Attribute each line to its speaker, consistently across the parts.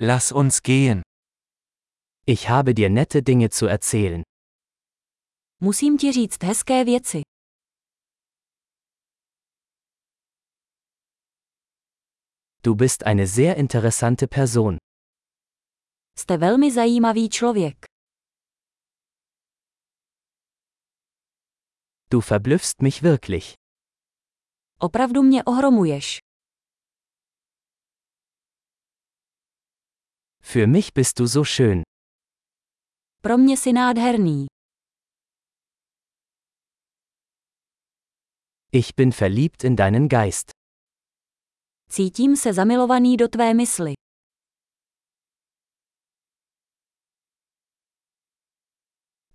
Speaker 1: Lass uns gehen.
Speaker 2: Ich habe dir nette Dinge zu erzählen.
Speaker 3: Musím ti říct hezké věci.
Speaker 2: Du bist eine sehr interessante Person.
Speaker 3: Jste velmi zajímavý člověk.
Speaker 2: Du verblüffst mich wirklich.
Speaker 3: Opravdu mě ohromuješ.
Speaker 2: Für mich bist du so schön.
Speaker 3: Pro mě si nádherný.
Speaker 2: Ich bin verliebt in deinen Geist.
Speaker 3: Cítím se zamilovaný do tvé mysli.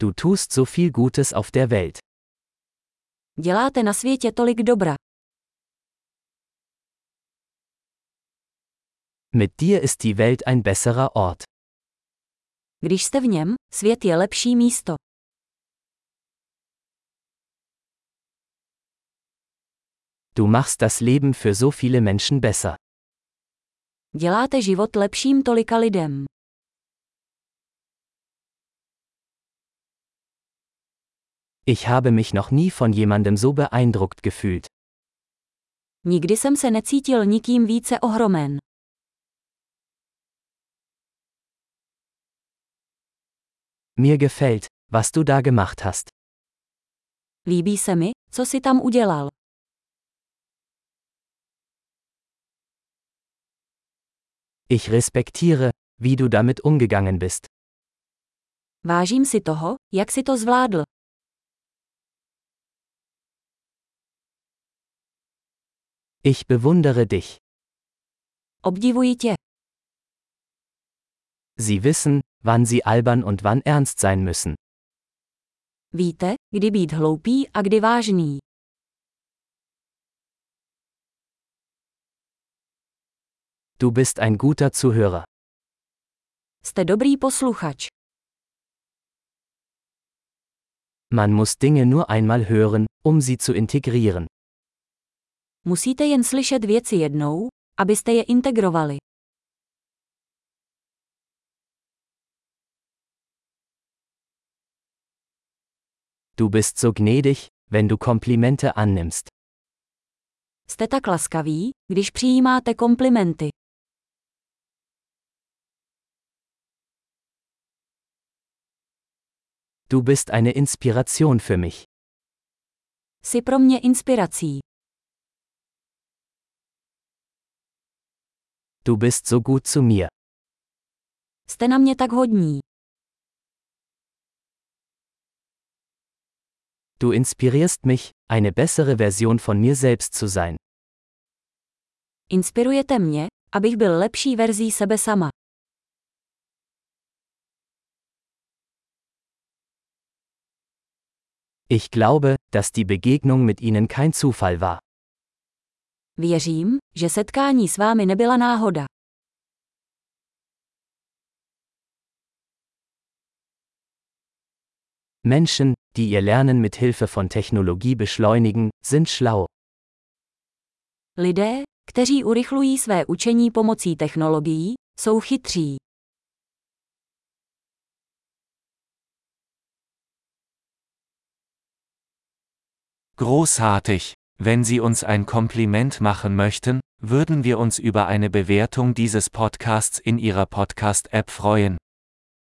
Speaker 2: Du tust so viel Gutes auf der Welt.
Speaker 3: Děláte na světě tolik dobra.
Speaker 2: Mit dir ist die Welt ein besserer Ort.
Speaker 3: Když jste v něm, svět je lepší místo.
Speaker 2: Du machst das Leben für so viele Menschen besser.
Speaker 3: Děláte život lepším tolika lidem.
Speaker 2: Ich habe mich noch nie von jemandem so beeindruckt gefühlt.
Speaker 3: Nikdy jsem se necítil nikým více ohromen.
Speaker 2: Mir gefällt, was du da gemacht hast.
Speaker 3: Líbí se mi, co si tam udělal.
Speaker 2: Ich respektiere, wie du damit umgegangen bist.
Speaker 3: Vážím si toho, jak si to zvládl.
Speaker 2: Ich bewundere dich.
Speaker 3: Obdivuji tě.
Speaker 2: Sie wissen, wann sie albern und wann ernst sein müssen.
Speaker 3: Víte, kdy být hloupý a kdy vážný.
Speaker 2: Du bist ein guter Zuhörer.
Speaker 3: Jste dobrý posluchač.
Speaker 2: Man muss Dinge nur einmal hören, um sie zu integrieren.
Speaker 3: Musíte jen slyšet věci jednou, abyste je integrovali.
Speaker 2: Du bist so gnädig, wenn du Komplimente annimmst.
Speaker 3: Jste tak laskaví, když přijímáte komplimenty.
Speaker 2: Du bist eine Inspiration für mich.
Speaker 3: Jsi pro mě inspirací.
Speaker 2: Du bist so gut zu mir.
Speaker 3: Jste na mě tak hodní.
Speaker 2: Du inspirierst mich, eine bessere Version von mir selbst zu sein.
Speaker 3: Inspirujete mě, abych byl lepší verzí sebe sama.
Speaker 2: Ich glaube, dass die Begegnung mit ihnen kein Zufall war.
Speaker 3: Věřím, že setkání s vámi nebyla náhoda.
Speaker 2: Menschen, die ihr Lernen mit Hilfe von Technologie beschleunigen, sind schlau.
Speaker 3: Lidé, kteří urychlují své učení pomocí technologií, jsou chytří.
Speaker 1: Großartig. Wenn Sie uns ein Kompliment machen möchten, würden wir uns über eine Bewertung dieses Podcasts in Ihrer Podcast-App freuen.